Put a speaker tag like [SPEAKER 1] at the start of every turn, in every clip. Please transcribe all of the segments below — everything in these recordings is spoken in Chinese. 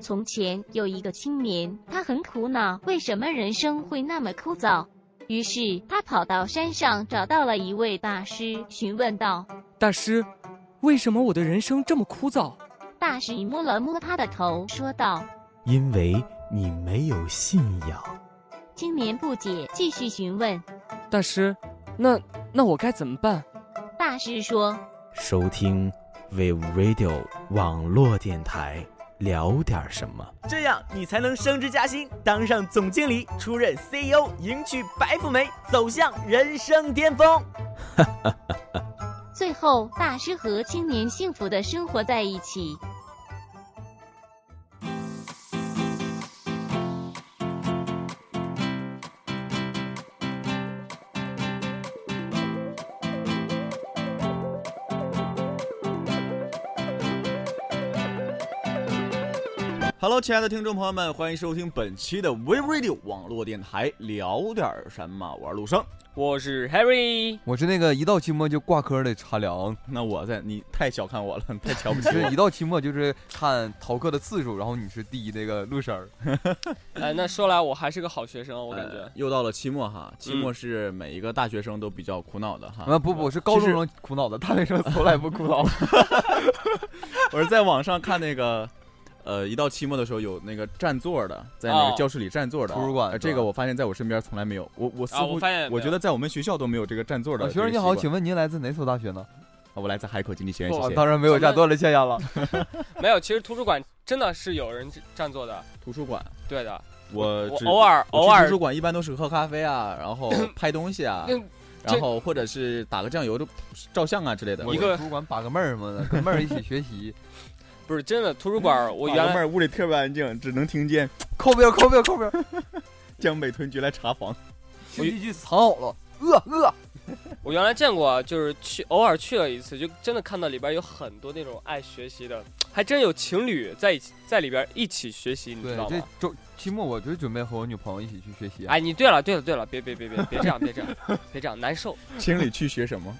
[SPEAKER 1] 从前有一个青年，他很苦恼，为什么人生会那么枯燥？于是他跑到山上，找到了一位大师，询问道。
[SPEAKER 2] 大师，为什么我的人生这么枯燥？
[SPEAKER 1] 大师摸了摸他的头，说道
[SPEAKER 3] 因为你没有信仰。：“
[SPEAKER 1] 青年不解，继续询问。
[SPEAKER 2] 大师，那那我该怎么办？”
[SPEAKER 1] 大师说
[SPEAKER 3] 收听 We Radio 网络电台，聊点什么。
[SPEAKER 4] 这样你才能升职加薪，当上总经理，出任 CEO，迎娶白富美，走向人生巅峰。：“
[SPEAKER 1] 最后，大师和青年幸福的生活在一起。”
[SPEAKER 5] Hello，亲爱的听众朋友们，欢迎收听本期的 We Radio 网络电台，聊点儿什么？我是陆生。
[SPEAKER 4] 我是 Harry，
[SPEAKER 6] 我是那个一到期末就挂科的茶凉，
[SPEAKER 5] 那我在，你太小看我了，你 太瞧不
[SPEAKER 6] 你
[SPEAKER 5] 起我
[SPEAKER 6] 是
[SPEAKER 5] 了
[SPEAKER 6] 一。到期末就是看逃课的次数，然后你是第一那个陆婶儿。
[SPEAKER 7] 哎，那说来我还是个好学生哦，我感觉
[SPEAKER 5] 呃。 又到了期末哈，期末是每一个大学生都比较苦恼的哈。
[SPEAKER 6] 嗯啊不不，我是高中
[SPEAKER 5] 其实
[SPEAKER 6] 生苦恼的，大学生从来不苦恼。
[SPEAKER 5] 我是在网上看那个，呃，一到期末的时候有那个占座的，在那个
[SPEAKER 7] 哦
[SPEAKER 5] 教室里占座的
[SPEAKER 6] 图书馆
[SPEAKER 5] 呃
[SPEAKER 6] 是吧
[SPEAKER 5] 这个我发现在我身边从来没有，我我似
[SPEAKER 7] 啊
[SPEAKER 5] 乎
[SPEAKER 7] 我发现也没有
[SPEAKER 5] 我觉得在我们学校都没有这个占座的
[SPEAKER 6] 啊
[SPEAKER 5] 这
[SPEAKER 6] 学
[SPEAKER 5] 个习惯。
[SPEAKER 6] 生您好，请问您来自哪所大学呢？
[SPEAKER 5] 啊我来自海口经济学院，
[SPEAKER 7] 不
[SPEAKER 5] 谢
[SPEAKER 6] 啊，
[SPEAKER 5] 谢。
[SPEAKER 6] 当然没有占座的现象了。
[SPEAKER 7] 没有，其实图书馆真的是有人占座的，
[SPEAKER 5] 图书馆，
[SPEAKER 7] 对的。
[SPEAKER 5] 我
[SPEAKER 7] 我
[SPEAKER 5] 呃只
[SPEAKER 6] 哦
[SPEAKER 7] 偶尔
[SPEAKER 5] 我
[SPEAKER 7] 偶
[SPEAKER 5] 去
[SPEAKER 7] 尔
[SPEAKER 5] 图书馆一般都是喝咖啡啊，然后拍东西啊，
[SPEAKER 7] 嗯这
[SPEAKER 5] 然后或者是打个酱油的照相啊之类的。
[SPEAKER 6] 我
[SPEAKER 7] 一个
[SPEAKER 6] 在图书馆把个妹儿什么的，跟妹儿一起学习。
[SPEAKER 7] 不是真的，图书馆我
[SPEAKER 5] 我
[SPEAKER 7] 原
[SPEAKER 5] 原
[SPEAKER 7] 来
[SPEAKER 5] 妹屋里特别安静，只能听见
[SPEAKER 6] 扣标扣标扣标，
[SPEAKER 5] 江北屯局来查房。
[SPEAKER 6] 我一句藏好了，饿饿。
[SPEAKER 7] 我原来见过，就是去偶尔去了一次，就真的看到里边有很多那种爱学习的，还真有情侣在一起在里边一起学习，你
[SPEAKER 6] 对
[SPEAKER 7] 知道，
[SPEAKER 6] 这
[SPEAKER 7] 吗？
[SPEAKER 6] 周期末我就准备和我女朋友一起去学习。
[SPEAKER 7] 哎，你对了，对了，对了，别别别别别这样，别这样，别这样，难受。
[SPEAKER 5] 情侣去学什么？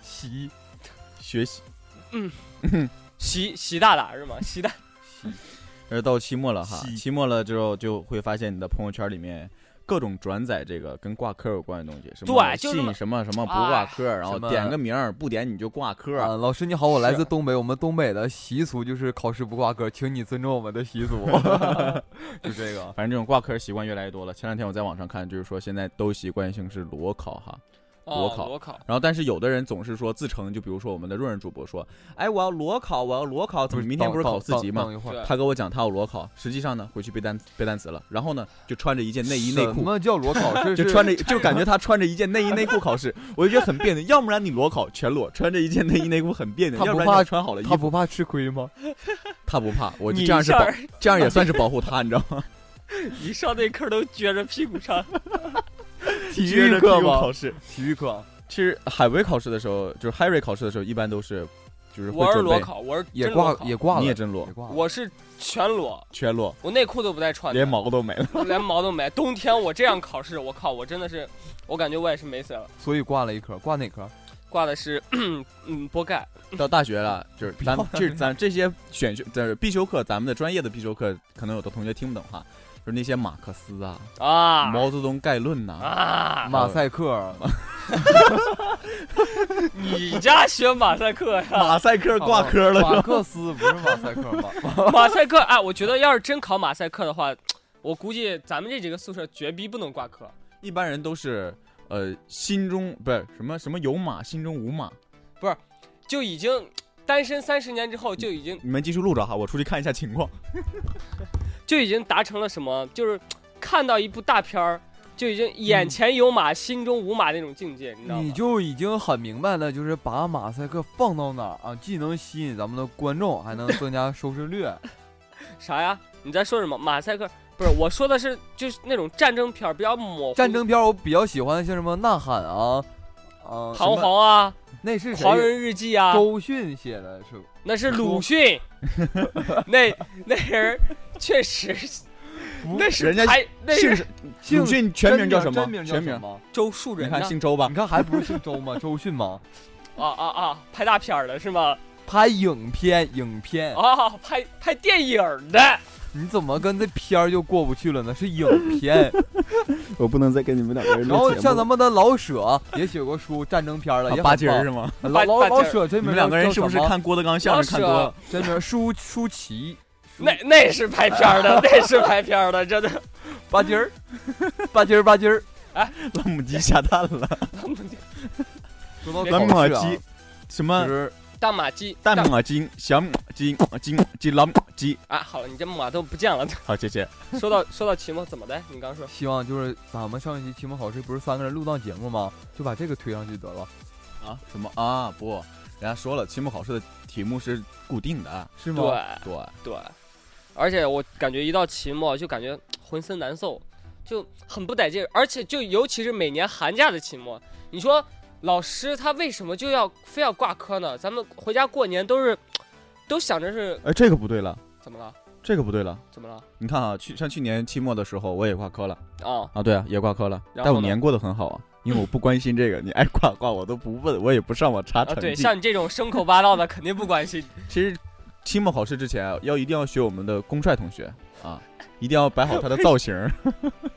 [SPEAKER 6] 洗衣
[SPEAKER 5] 学习。
[SPEAKER 7] 习习大大是吗？习大
[SPEAKER 5] 而呃到期末了哈，
[SPEAKER 6] 洗
[SPEAKER 5] 期末了之后就会发现你的朋友圈里面。各种转载这个跟挂科有关的东西，什么
[SPEAKER 7] 对就哎
[SPEAKER 5] 信
[SPEAKER 7] 是
[SPEAKER 5] 什么什么不挂科，然后
[SPEAKER 6] 什么
[SPEAKER 5] 点个名儿不点你就挂科
[SPEAKER 7] 呃
[SPEAKER 6] 啊，，老师你好，我来自
[SPEAKER 5] 是
[SPEAKER 6] 东北，我们东北的习俗就是考试不挂科，请你尊重我们的习 俗。就这个，
[SPEAKER 5] 反正这种挂科习惯越来越多了。前两天我在网上看，就是说现在都习惯性是裸考哈， 裸
[SPEAKER 7] 哦，
[SPEAKER 5] 考
[SPEAKER 7] 裸考，
[SPEAKER 5] 然后，但是有的人总是说自称，就比如说我们的润润主播说：“哎，我要裸考，我要裸考，怎么明天不是考四级吗
[SPEAKER 6] 等一会儿，
[SPEAKER 7] 对？”
[SPEAKER 5] 他跟我讲他要裸考，实际上呢，回去背单背单词了。然后呢，就穿着一件内衣内
[SPEAKER 6] 什
[SPEAKER 5] 裤，
[SPEAKER 6] 么叫裸考？ 这
[SPEAKER 5] 就是穿着就感觉他穿着一件内衣内裤考试，我就觉得很别扭。要不然你裸考全裸，穿着一件内衣内裤很别扭；
[SPEAKER 6] 他
[SPEAKER 5] 要
[SPEAKER 6] 不
[SPEAKER 5] 不然
[SPEAKER 6] 怕
[SPEAKER 5] 你穿好了衣
[SPEAKER 6] 他
[SPEAKER 5] 服，
[SPEAKER 6] 不怕吃亏吗？
[SPEAKER 5] 他不怕，我就
[SPEAKER 7] 你
[SPEAKER 5] 这样
[SPEAKER 7] 一
[SPEAKER 5] 是
[SPEAKER 7] 下
[SPEAKER 5] 保
[SPEAKER 7] 儿，
[SPEAKER 5] 这样也算是保护 他，你知道吗？
[SPEAKER 7] 你上那课都撅着屁股上，
[SPEAKER 6] 体
[SPEAKER 5] 撅着
[SPEAKER 6] 育
[SPEAKER 5] 屁
[SPEAKER 6] 课
[SPEAKER 5] 股考
[SPEAKER 6] 吗？
[SPEAKER 5] 试。
[SPEAKER 6] 体育课
[SPEAKER 5] 其实海威考试的时候，就是 Harry 考试的时候，一般都是就是会
[SPEAKER 7] 我是
[SPEAKER 5] 准备
[SPEAKER 7] 裸，考，我是
[SPEAKER 6] 也
[SPEAKER 7] 真裸
[SPEAKER 6] 挂
[SPEAKER 7] 考
[SPEAKER 6] 也挂了，
[SPEAKER 5] 你也真裸
[SPEAKER 6] 也，挂了。
[SPEAKER 7] 我是全裸，
[SPEAKER 5] 全裸，
[SPEAKER 7] 我内裤都不带穿的，
[SPEAKER 5] 连毛都没了。
[SPEAKER 7] 连毛都没。冬天我这样考试，我靠，我真的是，我感觉我也是没谁了。
[SPEAKER 6] 所以挂了一科，挂哪科？
[SPEAKER 7] 挂的是， 嗯，波盖，
[SPEAKER 5] 到大学了，就是 咱们就是咱这些选修，就是必修课，咱们的专业的必修课，可能有的同学听不懂哈，就是那些马克思啊、
[SPEAKER 7] 啊
[SPEAKER 5] 毛泽东概论呐、
[SPEAKER 7] 啊！
[SPEAKER 6] 马赛克，
[SPEAKER 7] 你家学马赛克呀？
[SPEAKER 5] 马赛克挂科了，
[SPEAKER 6] 马克思不是马赛克吗？
[SPEAKER 7] 马赛克，哎，我觉得要是真考马赛克的话，我估计咱们这几个宿舍绝逼不能挂科。
[SPEAKER 5] 一般人都是呃心中不是什么什么有马，心中无马。
[SPEAKER 7] 就已经单身三十年之后，就已经
[SPEAKER 5] 你们继续录着哈，我出去看一下情 况。
[SPEAKER 7] 就已经达成了什么？就是看到一部大片儿，就已经眼前有马，心中无马那种境界，你知道吗？
[SPEAKER 6] 你就已经很明白了，就是把马赛克放到哪儿啊，既能吸引咱们的观众，还能增加收视率。
[SPEAKER 7] 啥呀？你在说什么？马赛克不是我说的是就是那种战争片儿比较模糊，
[SPEAKER 6] 战争片儿我比较喜欢，像什么《呐喊》啊，啊，
[SPEAKER 7] 彷徨啊，
[SPEAKER 6] 那是谁？
[SPEAKER 7] 狂人日记啊，
[SPEAKER 6] 周迅写的是
[SPEAKER 7] 那是鲁迅，那那人确实，那是
[SPEAKER 5] 人家
[SPEAKER 7] 还那
[SPEAKER 5] 姓
[SPEAKER 7] 是
[SPEAKER 5] 是鲁迅全名叫什么
[SPEAKER 6] 真名？
[SPEAKER 5] 全
[SPEAKER 6] 叫什
[SPEAKER 5] 名？
[SPEAKER 6] 么？
[SPEAKER 7] 周树
[SPEAKER 5] 你
[SPEAKER 7] 人
[SPEAKER 5] 看
[SPEAKER 7] 呐，
[SPEAKER 5] 姓周吧
[SPEAKER 6] 你。看还不是姓周吗？ 周迅吗？
[SPEAKER 7] 啊啊啊，拍大片儿的是吗？哦
[SPEAKER 6] 拍影片，影片
[SPEAKER 7] 啊，拍拍电影儿的，
[SPEAKER 6] 你怎么跟这片儿就过不去了呢？是 影片。
[SPEAKER 8] 我不能再跟你们两个人
[SPEAKER 6] 然后
[SPEAKER 8] 录节目
[SPEAKER 6] 像咱们的老舍也写过书，战争片儿了，也很
[SPEAKER 5] 啊八斤
[SPEAKER 6] 棒
[SPEAKER 5] 儿是吗？
[SPEAKER 6] 老老
[SPEAKER 7] 八
[SPEAKER 6] 老
[SPEAKER 7] 戒儿
[SPEAKER 6] 舍真
[SPEAKER 5] 你
[SPEAKER 6] 名
[SPEAKER 5] 们两个人
[SPEAKER 6] 叫
[SPEAKER 5] 是不是
[SPEAKER 6] 什么
[SPEAKER 5] 看郭德纲相声看多
[SPEAKER 7] 老
[SPEAKER 5] 了？
[SPEAKER 6] 真名舒舒淇？
[SPEAKER 7] 那那是拍片儿的，那是拍片儿的，真的。
[SPEAKER 6] 吧唧儿， 吧唧儿吧唧儿。
[SPEAKER 5] 老母鸡下蛋了，
[SPEAKER 6] 说到
[SPEAKER 5] 老
[SPEAKER 6] 搞
[SPEAKER 5] 母
[SPEAKER 6] 事啊
[SPEAKER 5] 鸡，嗯什
[SPEAKER 6] 就
[SPEAKER 5] 么
[SPEAKER 6] 是
[SPEAKER 7] 大马鸡，
[SPEAKER 5] 大
[SPEAKER 7] 马
[SPEAKER 5] 母鸡、小母鸡、鸡母鸡、老母鸡？
[SPEAKER 7] 啊！好了，你这马都不见了。
[SPEAKER 5] 好，谢谢。
[SPEAKER 7] 说到说到期末怎么的？你刚说
[SPEAKER 6] 希望就是咱们上一期期末考试不是三个人录档节目吗？就把这个推上去得了，
[SPEAKER 5] 啊？什么啊？不，人家说了，期末考试的题目是固定的。
[SPEAKER 6] 是吗？
[SPEAKER 7] 对
[SPEAKER 5] 对，
[SPEAKER 7] 对，而且我感觉一到期末就感觉浑身难受，就很不得劲儿，而且就尤其是每年寒假的期末，你说老师他为什么就要非要挂科呢？咱们回家过年都是都想着是
[SPEAKER 5] 哎，这个不对了，
[SPEAKER 7] 怎么了？
[SPEAKER 5] 这个不对了。
[SPEAKER 7] 怎么了？
[SPEAKER 5] 你看啊，去像去年期末的时候，我也挂科了
[SPEAKER 7] 啊，
[SPEAKER 5] 啊，对啊，也挂科了，
[SPEAKER 7] 然后呢
[SPEAKER 5] 但我年过得很好啊，因为我不关心这 个，你爱挂挂我都不问，我也不上网查
[SPEAKER 7] 啊
[SPEAKER 5] 成
[SPEAKER 7] 对，
[SPEAKER 5] 绩。
[SPEAKER 7] 像你这种牲口八道的肯定不关 心。
[SPEAKER 5] 其实期末考试之前啊要一定要学我们的公帅同学 啊，一定要摆好他的造型儿，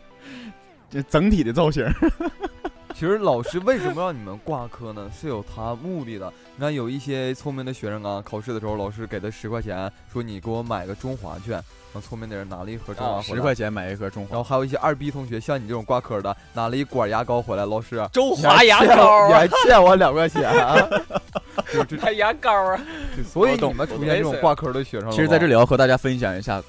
[SPEAKER 5] 这整体的造型儿。
[SPEAKER 6] 其实老师为什么让你们挂科呢？是有他目的的。你看有一些聪明的学生啊，考试的时候老师给他十块钱，说你给我买个中华券。然后聪明的人拿了一盒中华回来，
[SPEAKER 5] 啊十块。钱买一盒中
[SPEAKER 6] 然
[SPEAKER 5] 华，
[SPEAKER 6] 后还有一些二逼同学，像你这种挂科的，拿了一管牙膏回来，老师，
[SPEAKER 7] 中华牙膏
[SPEAKER 6] 你
[SPEAKER 7] 啊，
[SPEAKER 6] 还欠我两块钱、啊。 就这，
[SPEAKER 7] 还牙膏啊，
[SPEAKER 6] 就所以
[SPEAKER 5] 我懂
[SPEAKER 6] 你们出
[SPEAKER 5] 我懂
[SPEAKER 6] 现这种挂科的学生了
[SPEAKER 5] 其实在
[SPEAKER 6] 吗
[SPEAKER 5] 这里要和大家分享一下，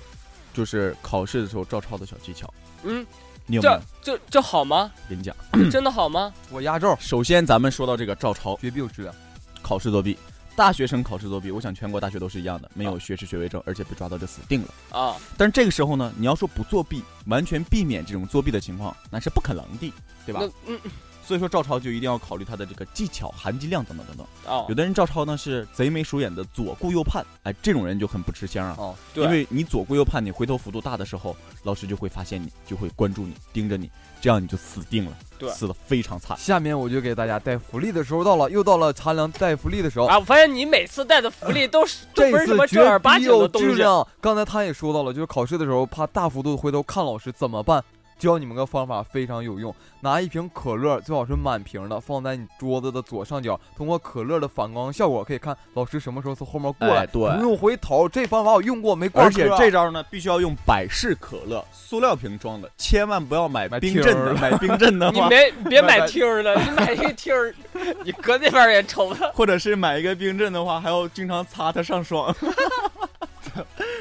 [SPEAKER 5] 就是考试的时候照抄的小技巧。
[SPEAKER 7] 嗯，
[SPEAKER 5] 你有没有
[SPEAKER 7] 这？这这好吗？
[SPEAKER 5] 跟你讲，
[SPEAKER 7] 真的好吗？
[SPEAKER 6] 我压轴，
[SPEAKER 5] 首先咱们说到这个照抄，
[SPEAKER 6] 绝壁有质量。
[SPEAKER 5] 考试作弊，大学生考试作弊，我想全国大学都是一样的，没有学士学位证，而且被抓到就死定了。
[SPEAKER 7] 啊，
[SPEAKER 5] 但是这个时候呢，你要说不作弊，完全避免这种作弊的情况，那是不可能的，对吧
[SPEAKER 7] 那？嗯
[SPEAKER 5] 所以说照抄就一定要考虑它的这个技巧、含金量等等等等。
[SPEAKER 7] 啊
[SPEAKER 5] 有，的人照抄呢是贼眉鼠眼的左顾右盼，哎，这种人就很不吃香啊。
[SPEAKER 6] 哦
[SPEAKER 7] 对
[SPEAKER 5] 因为你左顾右盼，你回头幅度大的时候，老师就会发现你，就会关注你，盯着你，这样你就死定了，
[SPEAKER 7] 对
[SPEAKER 5] 死的非常惨。
[SPEAKER 6] 下面我就给大家带福利的时候到了，又到了茶凉带福利的时候。
[SPEAKER 7] 啊，我发现你每次带的福利都是都
[SPEAKER 6] 这
[SPEAKER 7] 不是什么
[SPEAKER 6] 次
[SPEAKER 7] 正
[SPEAKER 6] 绝
[SPEAKER 7] 儿八
[SPEAKER 6] 逼
[SPEAKER 7] 经
[SPEAKER 6] 有
[SPEAKER 7] 的东
[SPEAKER 6] 质
[SPEAKER 7] 西。
[SPEAKER 6] 量。刚才他也说到了，就是考试的时候怕大幅度回头看老师怎么办？教你们个方法非常有用，拿一瓶可乐，最好是满瓶的，放在你桌子的左上角，通过可乐的反光效果可以看老师什么时候从后面过来，
[SPEAKER 5] 哎对
[SPEAKER 6] 不用回头。这方法我用过，没挂科。
[SPEAKER 5] 而
[SPEAKER 6] 啊
[SPEAKER 5] 且
[SPEAKER 7] 啊
[SPEAKER 5] 这招呢，必须要用百事可乐塑料瓶装的，千万不要买
[SPEAKER 6] 买
[SPEAKER 5] 冰
[SPEAKER 6] 瓶
[SPEAKER 5] 镇
[SPEAKER 6] 儿
[SPEAKER 5] 的，
[SPEAKER 6] 的
[SPEAKER 5] 买冰镇 的
[SPEAKER 7] 你
[SPEAKER 5] 话，
[SPEAKER 7] 没别
[SPEAKER 6] 买
[SPEAKER 7] 买
[SPEAKER 6] 买
[SPEAKER 7] 听儿的，你买一个听儿，你搁那边儿也瞅了。
[SPEAKER 5] 或者是买一个冰镇的话，还要经常擦它 上霜，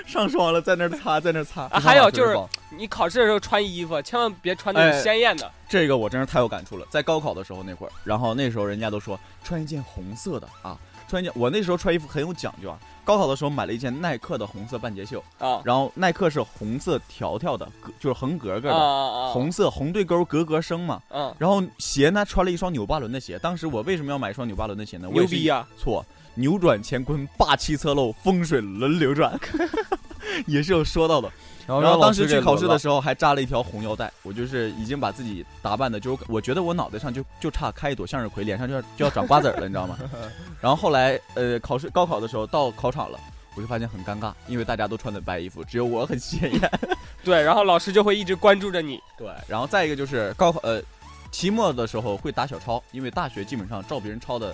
[SPEAKER 5] 上霜了在那儿擦，在那儿擦。
[SPEAKER 7] 啊还有
[SPEAKER 6] 这
[SPEAKER 7] 就是
[SPEAKER 6] 方法确实棒
[SPEAKER 7] 你考试的时候穿衣服，千万别穿那种
[SPEAKER 5] 哎
[SPEAKER 7] 鲜艳的。
[SPEAKER 5] 这个我真是太有感触了，在高考的时候那会儿，然后那时候人家都说穿一件红色的啊，穿一件我那时候穿衣服很有讲究啊。高考的时候买了一件耐克的红色半截袖，
[SPEAKER 7] 啊
[SPEAKER 5] 然后耐克是红色条条的，格就是横格格
[SPEAKER 7] 啊
[SPEAKER 5] 的，
[SPEAKER 7] 啊！啊
[SPEAKER 5] 红色红对勾格格生嘛。
[SPEAKER 7] 嗯，
[SPEAKER 5] 然后鞋呢穿了一双纽巴伦的鞋，当时我为什么要买一双纽巴伦的鞋呢？我
[SPEAKER 7] 牛
[SPEAKER 5] 也是
[SPEAKER 7] 逼啊呀！
[SPEAKER 5] 错，扭转乾坤，霸气侧漏，风水轮 流转， 也是有说到的。
[SPEAKER 6] 然后
[SPEAKER 5] 然
[SPEAKER 6] 让
[SPEAKER 5] 后
[SPEAKER 6] 老
[SPEAKER 5] 当
[SPEAKER 6] 师
[SPEAKER 5] 时
[SPEAKER 6] 给
[SPEAKER 5] 去考试
[SPEAKER 6] 轮
[SPEAKER 5] 的
[SPEAKER 6] 了
[SPEAKER 5] 时候还扎了一条红腰带，我就是已经把自己打扮的，就是我觉得我脑袋上就就差开一朵向日葵，脸上就要就要长瓜子儿了，你知道 吗？然后后来呃考试高考的时候到考场了，我就发现很尴尬，因为大家都穿的白衣服，只有我很鲜 艳。
[SPEAKER 7] 对，然后老师就会一直关注着你。
[SPEAKER 5] 对，然后再一个就是高考呃期末的时候会打小抄，因为大学基本上照别人抄的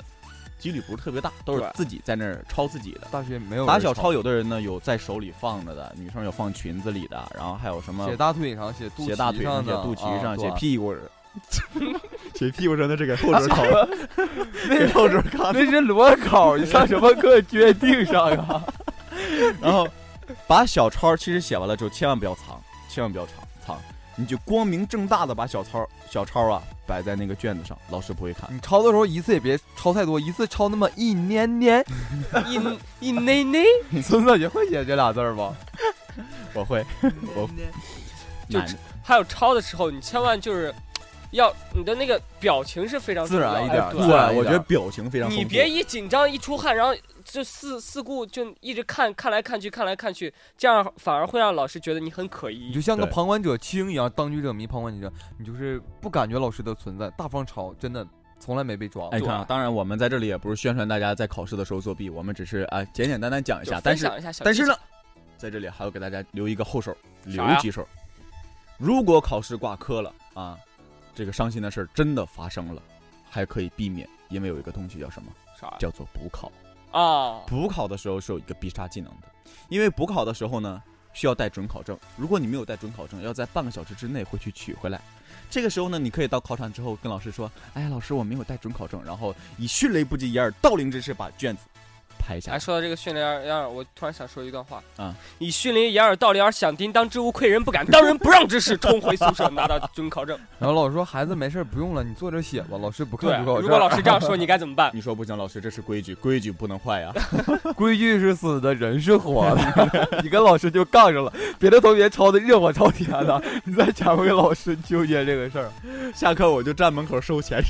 [SPEAKER 5] 几率不是特别大，都是
[SPEAKER 7] 对
[SPEAKER 5] 自己在那儿抄自己的。
[SPEAKER 6] 大学没有
[SPEAKER 5] 打
[SPEAKER 6] 人
[SPEAKER 5] 小
[SPEAKER 6] 抄
[SPEAKER 5] 抄，，有的人呢有在手里放着的，女生有放裙子里的，然后还有什么
[SPEAKER 6] 写大腿上，写肚
[SPEAKER 5] 写
[SPEAKER 6] 脐
[SPEAKER 5] 大腿
[SPEAKER 6] 上
[SPEAKER 5] 上、写
[SPEAKER 6] 的，
[SPEAKER 5] 肚脐
[SPEAKER 6] 啊
[SPEAKER 5] 上、
[SPEAKER 6] 对啊
[SPEAKER 5] 写屁股上， 写屁股上的这个后桌考， 那后桌考，
[SPEAKER 6] 那是裸考， 你上什么课决定上啊？
[SPEAKER 5] 然后把小抄其实写完了之后，千万不要藏，千万不要藏藏，你就光明正大的把小抄小抄啊摆在那个卷子上，老师不会看。
[SPEAKER 6] 你抄的时候一次也别抄太多，一次抄那么一年年。
[SPEAKER 7] 一一 内内，
[SPEAKER 6] 你孙子也会写这俩字儿吗？
[SPEAKER 5] 我会，我
[SPEAKER 7] 就
[SPEAKER 5] 难
[SPEAKER 7] 还有抄的时候，你千万就是要你的那个表情是非常
[SPEAKER 6] 自
[SPEAKER 7] 重要
[SPEAKER 6] 然一
[SPEAKER 7] 的
[SPEAKER 6] 点
[SPEAKER 7] 哎
[SPEAKER 6] 自然
[SPEAKER 7] 对，
[SPEAKER 5] 对，我觉得表情非常丰
[SPEAKER 7] 你
[SPEAKER 5] 富。
[SPEAKER 7] 别一紧张一出汗，然后就四四顾就一直看看来看去看来看去，这样反而会让老师觉得你很可
[SPEAKER 6] 你
[SPEAKER 7] 疑
[SPEAKER 6] 就。像个
[SPEAKER 5] 对
[SPEAKER 6] 旁观者清一样，当局者迷，旁观者清，你就是不感觉老师的存在，大方抄，真的从来没被抓
[SPEAKER 5] 哎，
[SPEAKER 6] 过。
[SPEAKER 5] 你看啊，当然我们在这里也不是宣传大家在考试的时候作弊，我们只是啊简简单单讲一
[SPEAKER 7] 就
[SPEAKER 5] 下，
[SPEAKER 7] 分
[SPEAKER 5] 但是
[SPEAKER 7] 享一下小
[SPEAKER 5] 但是
[SPEAKER 7] 技
[SPEAKER 5] 呢
[SPEAKER 7] 巧，
[SPEAKER 5] 在这里还要给大家留一个后手，留
[SPEAKER 7] 啥呀
[SPEAKER 5] 几手。如果考试挂科了啊，这个伤心的事儿真的发生了，还可以避免，因为有一个东西叫什么？
[SPEAKER 7] 啥呀
[SPEAKER 5] 叫做补考。
[SPEAKER 7] 啊？
[SPEAKER 5] 补考的时候是有一个必杀技能的，因为补考的时候呢需要带准考证，如果你没有带准考证，要在半个小时之内回去取回来。这个时候呢，你可以到考场之后跟老师说：“哎，老师，我没有带准考证。”然后以迅雷不及掩耳盗铃之势把卷子拍下
[SPEAKER 7] 哎，
[SPEAKER 5] 来。
[SPEAKER 7] 说到这个训练掩耳，我突然想说一段话
[SPEAKER 5] 啊！
[SPEAKER 7] 以训练掩耳盗铃而响叮当之无愧人不敢当仁不让之势，冲回宿舍拿到准考证。
[SPEAKER 6] 然后老师说孩子没事儿不用了，你坐着写吧，老 师不
[SPEAKER 7] 对，
[SPEAKER 6] 看准考
[SPEAKER 7] 如果
[SPEAKER 6] 证。
[SPEAKER 7] 老师这样说，你该怎么办？
[SPEAKER 5] 你说不行，老师，这是规矩，规矩不能坏啊 呀。
[SPEAKER 6] 规矩是死的，人是活的， 你跟老师就杠上了，别的同学抄的热火朝天
[SPEAKER 5] 啊
[SPEAKER 6] 的，你在前面跟老师纠结这个事儿。
[SPEAKER 5] 下课我就站门口收钱，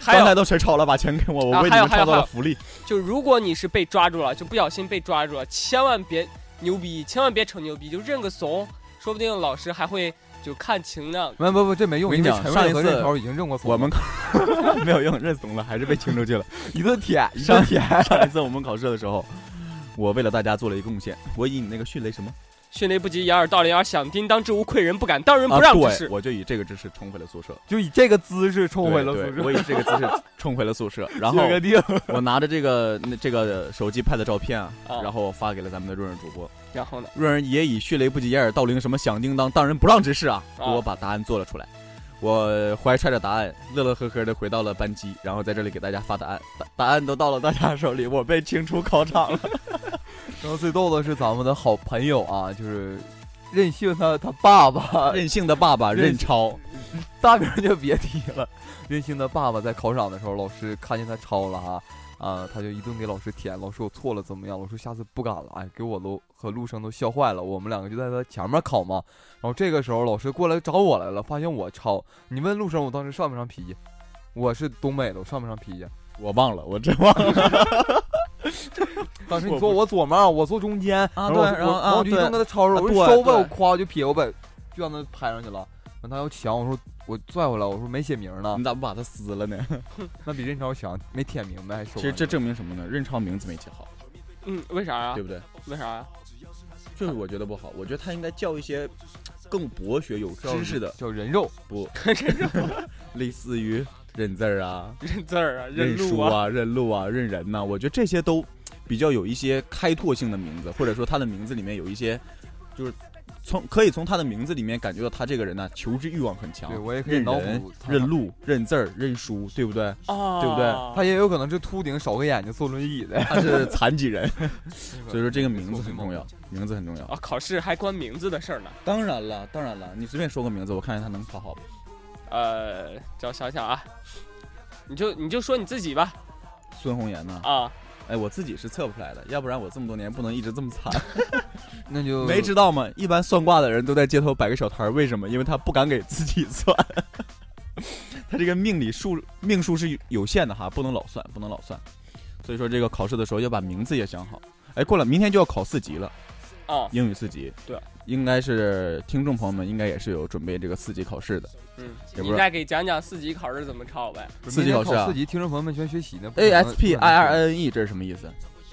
[SPEAKER 7] 还
[SPEAKER 5] 刚才
[SPEAKER 7] 有，
[SPEAKER 5] 都谁抄了，把钱给我，我
[SPEAKER 7] 啊
[SPEAKER 5] 为你
[SPEAKER 7] 还有
[SPEAKER 5] 们创
[SPEAKER 7] 还有
[SPEAKER 5] 造了福利。
[SPEAKER 7] 就如果你是被抓住了，就不小心被抓住了，千万别牛逼，千万别逞牛逼，就认个怂，说不定老师还会就看情呢。
[SPEAKER 6] 不不不， 这没用，
[SPEAKER 5] 我跟你
[SPEAKER 6] 因为
[SPEAKER 5] 讲
[SPEAKER 6] 陈
[SPEAKER 5] 上
[SPEAKER 6] 瑞
[SPEAKER 5] 一
[SPEAKER 6] 和
[SPEAKER 5] 次
[SPEAKER 6] 这条已经认过怂了。
[SPEAKER 5] 我们 没有用，认怂了，还是被清出去了。
[SPEAKER 6] 一顿舔，一
[SPEAKER 5] 上
[SPEAKER 6] 顿舔。
[SPEAKER 5] 上一次我们考试的时候，我为了大家做了一个贡献，我以你那个迅雷什么
[SPEAKER 7] 迅雷不及掩耳盗铃而响叮当之无愧人不敢当仁
[SPEAKER 6] 啊
[SPEAKER 7] 不让之
[SPEAKER 5] 啊对，
[SPEAKER 7] 势。
[SPEAKER 5] 我就以这个姿势冲回了宿舍，
[SPEAKER 6] 就以这个姿势冲回了
[SPEAKER 5] 对
[SPEAKER 6] 宿
[SPEAKER 5] 对
[SPEAKER 6] 舍，
[SPEAKER 5] 我以这个姿势冲回了宿舍，然后
[SPEAKER 6] 这个地儿
[SPEAKER 5] 我拿着这个那这个手机拍的照片啊，
[SPEAKER 7] 啊
[SPEAKER 5] 然后发给了咱们的润润主播，
[SPEAKER 7] 然后呢？
[SPEAKER 5] 润润也以迅雷不及掩耳盗铃什么响叮当当仁不让之势啊，给
[SPEAKER 7] 啊
[SPEAKER 5] 我把答案做了出来。我怀揣着答案，乐乐呵呵的回到了班级，然后在这里给大家发答案。答答案都到了大家手里，我被清出考场 了。
[SPEAKER 6] 然后最逗的是咱们的好朋友啊，就是任性他他爸爸，
[SPEAKER 5] 任性的爸爸
[SPEAKER 6] 啊任
[SPEAKER 5] 任超，
[SPEAKER 6] 大名就别提了。任性的爸爸在考场的时候，老师看见他抄了哈、啊，他就一顿给老师舔。老师我错了怎么样？老师下次不敢了，哎，给我都和陆生都笑坏了。我们两个就在他前面考嘛。然后这个时候老师过来找我来了，发现我抄。你问陆生我当时上没上皮？我是东北的，我上没上皮？
[SPEAKER 5] 我忘了，我真忘 了。
[SPEAKER 6] 当时你
[SPEAKER 5] 我
[SPEAKER 6] 坐
[SPEAKER 5] 不
[SPEAKER 6] 我左面，我坐中间，
[SPEAKER 5] 啊
[SPEAKER 6] 我
[SPEAKER 5] 对然后
[SPEAKER 6] 我
[SPEAKER 5] 啊
[SPEAKER 6] 我就一
[SPEAKER 5] 对
[SPEAKER 6] 顿跟他吵吵，
[SPEAKER 5] 啊
[SPEAKER 6] 我
[SPEAKER 5] 对
[SPEAKER 6] 说收呗，
[SPEAKER 5] 对
[SPEAKER 6] 我夸就撇，我把就让他拍上去了。完他要抢，我说我拽回来，我说没写名呢
[SPEAKER 5] 你，咋不把它撕了呢？
[SPEAKER 6] 那比任超强，没舔明白还收
[SPEAKER 5] 其
[SPEAKER 6] 回
[SPEAKER 5] 实
[SPEAKER 6] 来。
[SPEAKER 5] 这证明什么呢？任超名字没起好，
[SPEAKER 7] 嗯，为啥呀
[SPEAKER 5] 对？不对？
[SPEAKER 7] 为啥啊呀？
[SPEAKER 5] 啊就是我觉得不好，我觉得他应该叫一些更博学有
[SPEAKER 6] 叫
[SPEAKER 5] 知识的，
[SPEAKER 6] 叫人肉，
[SPEAKER 5] 不，类似于认字儿啊、
[SPEAKER 7] 认字儿啊，认
[SPEAKER 5] 认
[SPEAKER 7] 路
[SPEAKER 5] 书
[SPEAKER 7] 啊。
[SPEAKER 5] 啊、认路啊、认人呐、我觉得这些都比较有一些开拓性的名字，或者说他的名字里面有一些，就是从可以从他的名字里面感觉到他这个人呢、求知欲望很强
[SPEAKER 6] 对，我也可以
[SPEAKER 5] 认
[SPEAKER 6] 脑
[SPEAKER 5] 人
[SPEAKER 6] 补、他
[SPEAKER 5] 认。路、认字儿、认书，对不对？
[SPEAKER 7] 啊，
[SPEAKER 5] 对不对
[SPEAKER 6] 他也有可能是秃顶少个眼睛坐轮椅的，
[SPEAKER 5] 他 是残疾人， 所以说这个名
[SPEAKER 6] 没
[SPEAKER 5] 字
[SPEAKER 6] 错
[SPEAKER 5] 很重要，名字很重要。
[SPEAKER 7] 啊，考试还关名字的事儿呢。
[SPEAKER 5] 当然了，当然了，你随便说个名字，我看看他能考好不？
[SPEAKER 7] 呃，叫我想想啊，你就你就说你自己吧
[SPEAKER 5] 孙红颜呢？
[SPEAKER 7] 啊，
[SPEAKER 5] 哎，我自己是测不出来的，要不然我这么多年不能一直这么惨。
[SPEAKER 6] 那
[SPEAKER 7] 嗯
[SPEAKER 6] 就
[SPEAKER 5] 没知道吗？一般算卦的人都在街头摆个小摊儿，为什么？因为他不敢给自己算。 他这个命理数命数是有限的哈，不能老算，不能老算。所以说这个考试的时候要把名字也想好。哎，过了，明天就要考四级了，
[SPEAKER 7] 啊，
[SPEAKER 5] 英语四级。
[SPEAKER 7] 对，
[SPEAKER 5] 应该是听众朋友们应该也是有准备这个四级考试的。
[SPEAKER 7] 嗯，
[SPEAKER 5] 也不
[SPEAKER 7] 你
[SPEAKER 5] 是
[SPEAKER 7] 再给讲讲四级考试怎么抄呗？
[SPEAKER 6] 不是
[SPEAKER 5] 四级
[SPEAKER 6] 明天
[SPEAKER 5] 考试啊
[SPEAKER 6] 四级听众朋友们全学习呢。不可
[SPEAKER 5] A
[SPEAKER 6] 能
[SPEAKER 5] S P I R I N E 这是什么意思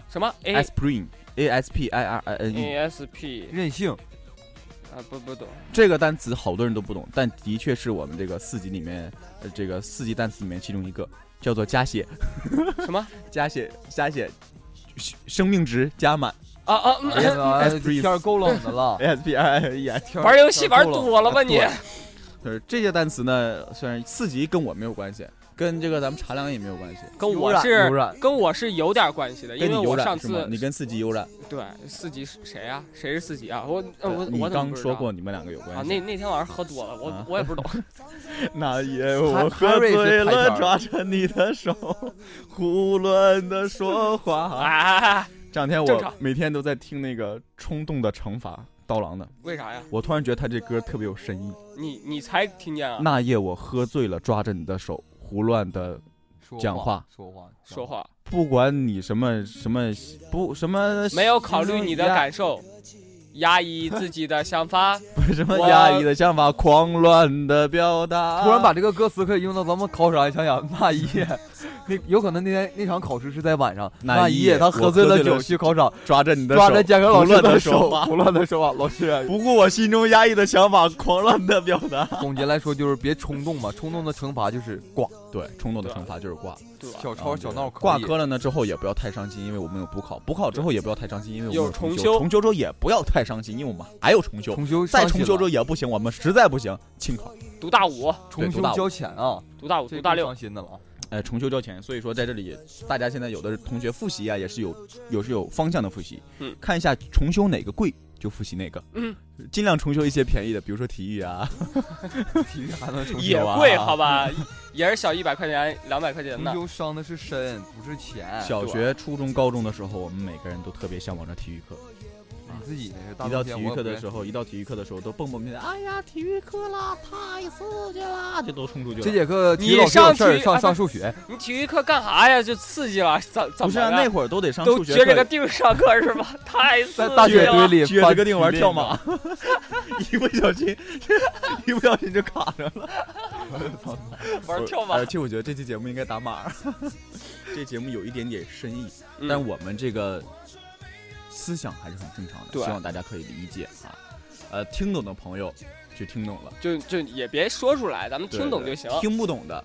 [SPEAKER 7] 什么啊 A
[SPEAKER 5] ？S Spring A S P I R I N E
[SPEAKER 7] A S P
[SPEAKER 6] 任性，
[SPEAKER 7] 啊，不不懂
[SPEAKER 5] 这个单词好多人都不懂，但的确是我们这个四级里面，呃，这个四级单词里面其中一个，叫做加血。
[SPEAKER 7] 什 么
[SPEAKER 5] 加血，加血，生命值加满。
[SPEAKER 7] 啊啊，嗯
[SPEAKER 6] 哎呀
[SPEAKER 5] Esprit
[SPEAKER 6] 天儿够冷的了，
[SPEAKER 5] S P I E S。
[SPEAKER 6] 天儿
[SPEAKER 7] 玩游戏玩多了吧
[SPEAKER 5] 啊
[SPEAKER 7] 你？
[SPEAKER 5] 就是这些单词呢，虽然四级跟我没有关系，跟这个咱们茶凉也没有关系，
[SPEAKER 7] 跟
[SPEAKER 6] 有
[SPEAKER 7] 我
[SPEAKER 6] 染有
[SPEAKER 7] 是
[SPEAKER 6] 染
[SPEAKER 7] 跟我是有点关系的，因
[SPEAKER 5] 跟
[SPEAKER 7] 为
[SPEAKER 5] 你有
[SPEAKER 7] 我上
[SPEAKER 5] 染是吗
[SPEAKER 7] 次？
[SPEAKER 5] 你跟四级有染，
[SPEAKER 7] 对四级是谁啊？谁是四级啊？我呃我我
[SPEAKER 5] 你
[SPEAKER 7] 怎么
[SPEAKER 5] 刚
[SPEAKER 7] 不知
[SPEAKER 5] 说
[SPEAKER 7] 道
[SPEAKER 5] 过你们两个有
[SPEAKER 7] 啊
[SPEAKER 5] 关？
[SPEAKER 7] 那
[SPEAKER 5] 系。
[SPEAKER 7] 那天晚上喝多了，我
[SPEAKER 5] 啊
[SPEAKER 7] 我也不懂。
[SPEAKER 5] 那夜
[SPEAKER 6] 我喝醉了抓
[SPEAKER 5] 着你的手，胡乱的说话。
[SPEAKER 7] 啊，
[SPEAKER 5] 这两天
[SPEAKER 7] 正
[SPEAKER 5] 我
[SPEAKER 7] 常
[SPEAKER 5] 每天都在听那个《冲动的惩罚》刀郎的，
[SPEAKER 7] 为啥呀？
[SPEAKER 5] 我突然觉得他这歌特别有深意。
[SPEAKER 7] 你你才听见啊？
[SPEAKER 5] 那夜我喝醉了，抓着你的手，胡乱的，
[SPEAKER 6] 说
[SPEAKER 5] 讲话
[SPEAKER 6] 说话
[SPEAKER 7] 说，话
[SPEAKER 5] 不管你什么什么不什么
[SPEAKER 7] 没有考虑你的
[SPEAKER 5] 压
[SPEAKER 7] 感受，压抑自己的想 法。
[SPEAKER 5] 什么压抑的想法，狂乱的表达。
[SPEAKER 6] 突然把这个歌词可以用到咱们考场，想想那一夜那有可能那天那场考试是在晚上，
[SPEAKER 5] 那
[SPEAKER 6] 那
[SPEAKER 5] 一
[SPEAKER 6] 一
[SPEAKER 5] 夜
[SPEAKER 6] 夜他
[SPEAKER 5] 我
[SPEAKER 6] 喝醉
[SPEAKER 5] 喝
[SPEAKER 6] 了
[SPEAKER 5] 醉了
[SPEAKER 6] 酒去考场，
[SPEAKER 5] 抓着你的手，
[SPEAKER 6] 抓着监考老
[SPEAKER 5] 胡
[SPEAKER 6] 师
[SPEAKER 5] 乱地
[SPEAKER 6] 的
[SPEAKER 5] 说
[SPEAKER 6] 手
[SPEAKER 5] 话，
[SPEAKER 6] 胡乱的说话，老师。
[SPEAKER 5] 不顾我心中压抑的想法，狂乱的表达。
[SPEAKER 6] 总结来说就是别冲动嘛，冲动的惩罚就是挂。
[SPEAKER 5] 对，冲动的惩罚就是挂。
[SPEAKER 7] 对吧？
[SPEAKER 6] 小
[SPEAKER 5] 然后
[SPEAKER 6] 吵小闹可
[SPEAKER 5] 嗯
[SPEAKER 6] 以
[SPEAKER 5] 挂科了呢之后也不要太伤心，因为我们有补考。补考之后也不要太伤心，因为我们
[SPEAKER 7] 有重
[SPEAKER 5] 修。
[SPEAKER 7] 修
[SPEAKER 5] 重修之后也不要太伤心，因为我们还有重修。
[SPEAKER 6] 重修
[SPEAKER 5] 再
[SPEAKER 6] 上
[SPEAKER 5] 重
[SPEAKER 6] 心
[SPEAKER 5] 修之
[SPEAKER 6] 了
[SPEAKER 5] 后也不行，我们实在不行清考。
[SPEAKER 7] 读大五，
[SPEAKER 5] 对
[SPEAKER 6] 重
[SPEAKER 5] 读大
[SPEAKER 6] 修
[SPEAKER 5] 五
[SPEAKER 6] 交钱啊，
[SPEAKER 7] 读大五，
[SPEAKER 6] 这
[SPEAKER 7] 读大
[SPEAKER 6] 更
[SPEAKER 7] 六
[SPEAKER 6] 伤，心的了啊。
[SPEAKER 5] 呃，重修交钱，所以说在这里，大家现在有的同学复习啊，也是有有是有方向的复习，
[SPEAKER 7] 嗯
[SPEAKER 5] 看一下重修哪个贵就复习哪个，
[SPEAKER 7] 嗯，
[SPEAKER 5] 尽量重修一些便宜的，比如说体育啊，
[SPEAKER 6] 体育还能重
[SPEAKER 7] 也
[SPEAKER 6] 修啊？
[SPEAKER 7] 贵，好吧，也是小一百块钱、两百块钱
[SPEAKER 6] 重
[SPEAKER 5] 哎
[SPEAKER 7] 的。
[SPEAKER 6] 修伤的是身，不是钱。
[SPEAKER 5] 小学、初中、高中的时候，我们每个人都特别向往着体育课，
[SPEAKER 6] 你自己那是大
[SPEAKER 5] 一
[SPEAKER 6] 冬
[SPEAKER 5] 到
[SPEAKER 6] 天
[SPEAKER 5] 体
[SPEAKER 6] 我
[SPEAKER 5] 育
[SPEAKER 6] 也
[SPEAKER 5] 课
[SPEAKER 6] 不
[SPEAKER 5] 的
[SPEAKER 6] 愿
[SPEAKER 5] 时候，一到体育课的时候都蹦蹦跳跳，哎呀，体育课啦，太刺激啦，就都冲出去了。
[SPEAKER 6] 这节课体育
[SPEAKER 7] 你
[SPEAKER 6] 老师
[SPEAKER 7] 上
[SPEAKER 6] 有事
[SPEAKER 7] 体
[SPEAKER 6] 儿
[SPEAKER 7] 育
[SPEAKER 6] 上
[SPEAKER 7] 啊
[SPEAKER 6] 上
[SPEAKER 7] 不
[SPEAKER 6] 数学，
[SPEAKER 7] 你体育课干啥呀？就刺激了，怎怎
[SPEAKER 5] 不
[SPEAKER 7] 么
[SPEAKER 5] 是啊，那
[SPEAKER 7] 了？
[SPEAKER 5] 会儿都得上
[SPEAKER 7] 都
[SPEAKER 5] 数学
[SPEAKER 7] 撅着个
[SPEAKER 5] 课，
[SPEAKER 7] 腚上课是吧？ 太刺
[SPEAKER 6] 在
[SPEAKER 7] 激
[SPEAKER 6] 大雪堆
[SPEAKER 7] 了！
[SPEAKER 6] 里
[SPEAKER 5] 撅
[SPEAKER 6] 翻
[SPEAKER 5] 着个腚玩
[SPEAKER 6] 体育
[SPEAKER 5] 跳
[SPEAKER 6] 那个
[SPEAKER 5] 马，， 一不小心，一不小心就卡上了。
[SPEAKER 7] 玩
[SPEAKER 5] 我
[SPEAKER 7] 跳马
[SPEAKER 5] 呃，其实我觉得这期节目应该打码儿， 这节目有一点点深意，
[SPEAKER 7] 嗯
[SPEAKER 5] 但我们这个思想还是很正常的，
[SPEAKER 7] 对
[SPEAKER 5] 希望大家可以理解啊。呃，听懂的朋友就听懂了，
[SPEAKER 7] 就就也别说出来，咱们
[SPEAKER 5] 对
[SPEAKER 7] 听懂
[SPEAKER 5] 对
[SPEAKER 7] 就行，
[SPEAKER 5] 听不懂的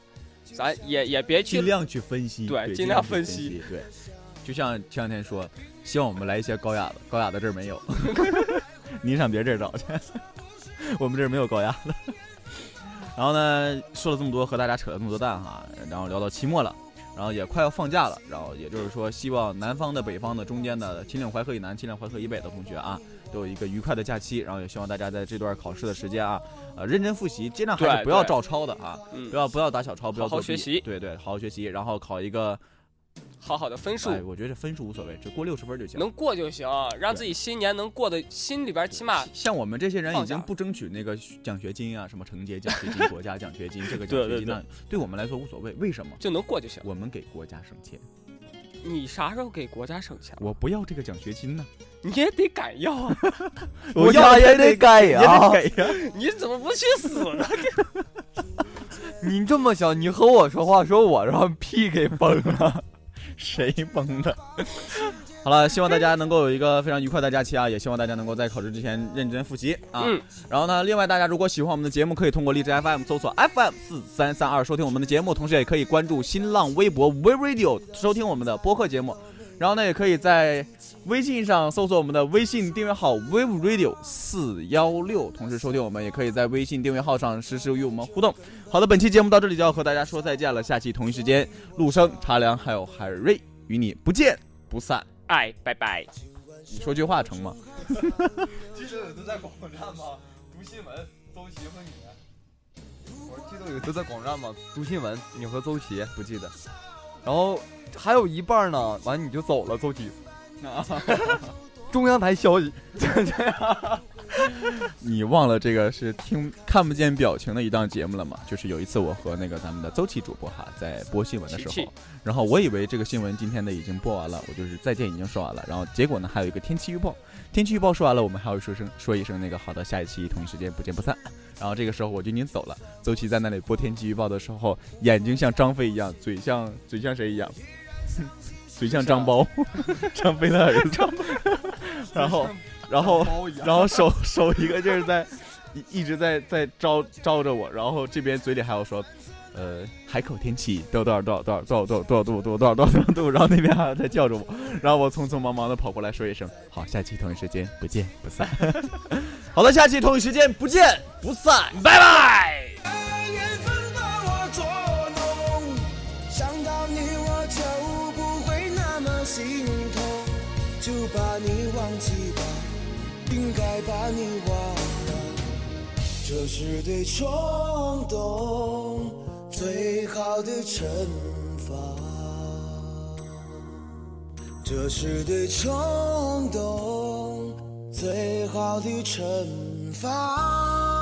[SPEAKER 7] 咱也也别去
[SPEAKER 5] 尽量去分析，
[SPEAKER 7] 对
[SPEAKER 5] 对，
[SPEAKER 7] 尽
[SPEAKER 5] 尽
[SPEAKER 7] 量
[SPEAKER 5] 去
[SPEAKER 7] 分
[SPEAKER 5] 分
[SPEAKER 7] 析
[SPEAKER 5] 析，对。就像前两天说，希望我们来一些高雅的，高雅的这 儿没有，您上别这儿找去， 我们这儿没有高雅的。然后呢，说了这么多，和大家扯了这么多蛋哈，然后聊到期末了，然后也快要放假了，然后也就是说，希望南方的、北方的、中间的、秦岭淮河以南、秦岭淮河以北的同学啊，都有一个愉快的假期。然后也希望大家在这段考试的时间啊，呃，认真复习，尽量还
[SPEAKER 7] 对
[SPEAKER 5] 是不要
[SPEAKER 7] 对
[SPEAKER 5] 照抄的啊，
[SPEAKER 7] 嗯
[SPEAKER 5] 不要不要打小抄，不要
[SPEAKER 7] 好好
[SPEAKER 5] 作弊
[SPEAKER 7] 学习
[SPEAKER 5] 对对，好好学习，然后考一个，
[SPEAKER 7] 好好的分数
[SPEAKER 5] 哎，我觉得分数无所谓，只过六十分就行。
[SPEAKER 7] 能过就行，让自己新年能过的心里边起码
[SPEAKER 5] 像我们这些人
[SPEAKER 7] 放
[SPEAKER 5] 已经
[SPEAKER 7] 假
[SPEAKER 5] 不争取那个奖学金啊，什么城街奖学金、国家奖学金，这个奖
[SPEAKER 7] 对
[SPEAKER 5] 学
[SPEAKER 7] 对
[SPEAKER 5] 金那，对我们来说无所谓。为什么？
[SPEAKER 7] 就能过就行。
[SPEAKER 5] 我们给国家省钱，
[SPEAKER 7] 你啥时候给国家省钱了？
[SPEAKER 5] 我不要这个奖学金呢，
[SPEAKER 7] 你也得敢要啊！
[SPEAKER 5] 我要
[SPEAKER 6] 家也得改
[SPEAKER 5] 也
[SPEAKER 6] 啊
[SPEAKER 5] 得。给呀。
[SPEAKER 7] 你怎么不去死呢？
[SPEAKER 6] 你这么想，你和我说话，说我让屁给崩了。
[SPEAKER 5] 谁崩的？ 好了，希望大家能够有一个非常愉快的假期啊！也希望大家能够在考试之前认真复习啊。
[SPEAKER 7] 嗯
[SPEAKER 5] 然后呢，另外大家如果喜欢我们的节目，可以通过荔枝 FM 搜索 FM 四三三二收听我们的节目，同时也可以关注新浪微博 We Radio 收听我们的播客节目。然后呢，也可以在微信上搜索我们的微信订阅号 We Radio 四幺六，同时收听我们，也可以在微信订阅号上实时与我们互动。好的，本期节目到这里就要和大家说再见了，下期同一时间，陆生、茶凉还有海瑞与你不见不散。
[SPEAKER 7] 哎，拜拜。
[SPEAKER 5] 你说句话成吗？
[SPEAKER 6] 记得有一次在广播站吗？读新闻，邹琪和你。啊我记得有一次在广站嘛，读新闻，你和邹琪不记得，然后还有一半呢，完你就走了，邹琪。 中央台消息，
[SPEAKER 5] 你忘了这个是听看不见表情的一档节目了吗？就是有一次我和那个咱们的邹琦主播哈在播新闻的时
[SPEAKER 7] 琪琪，
[SPEAKER 5] 候然后我以为这个新闻今天的已经播完了，我就是再见已经说完了，然后结果呢还有一个天气预报，天气预报说完了，我们还要说声说一声那个好的，下一期同一时间不见不散。然后这个时候我就已经走了，邹琦在那里播天气预报的时候，眼睛像张飞一样，嘴像嘴像谁一样？ 嘴像张苞， 张飞的儿子。 然后，然 后。然后手手一个劲儿在一一直在在招招着我，然后这边嘴里还要说，呃，海口天气多少多少多少多少多少多少度多少多少多少多少度，然后那边还在叫着我，然后我匆匆忙忙的跑过来说一声，好，下期同一时间不见不散。 好了，下期同一时间不见不散，拜拜。
[SPEAKER 9] 缘分把我捉弄，想到你我就不会那么心痛，就把你忘记吧，应该把你忘了，这是对冲动最好的惩罚，这是对冲动最好的惩罚。